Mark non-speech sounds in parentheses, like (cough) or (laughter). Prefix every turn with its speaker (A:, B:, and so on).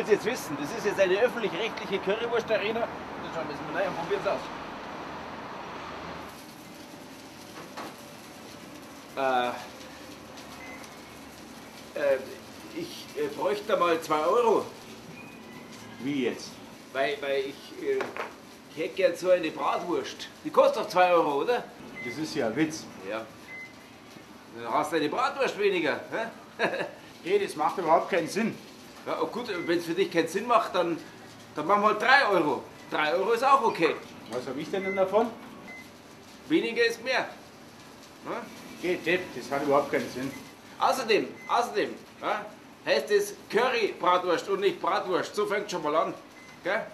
A: es jetzt wissen. Das ist jetzt eine öffentlich-rechtliche Currywurst-Arena. Dann schauen wir jetzt mal rein und probieren es aus. Äh, äh, ich äh, bräuchte da mal 2 Euro.
B: Wie jetzt?
A: Weil, weil ich, äh, ich hätte gern so eine Bratwurst. Die kostet doch 2 Euro, oder?
B: Das ist ja ein Witz.
A: Ja. Dann hast du eine Bratwurst weniger. Hä? (laughs)
B: Nee, das macht überhaupt keinen Sinn.
A: Ja, oh gut, wenn es für dich keinen Sinn macht, dann, dann machen wir halt 3 Euro. 3 Euro ist auch okay.
B: Was habe ich denn, denn davon?
A: Weniger ist mehr. Ja?
B: Geh, Depp, das hat überhaupt keinen Sinn.
A: Außerdem, außerdem, ja, heißt es Curry-Bratwurst und nicht Bratwurst. So fängt schon mal an. Gell?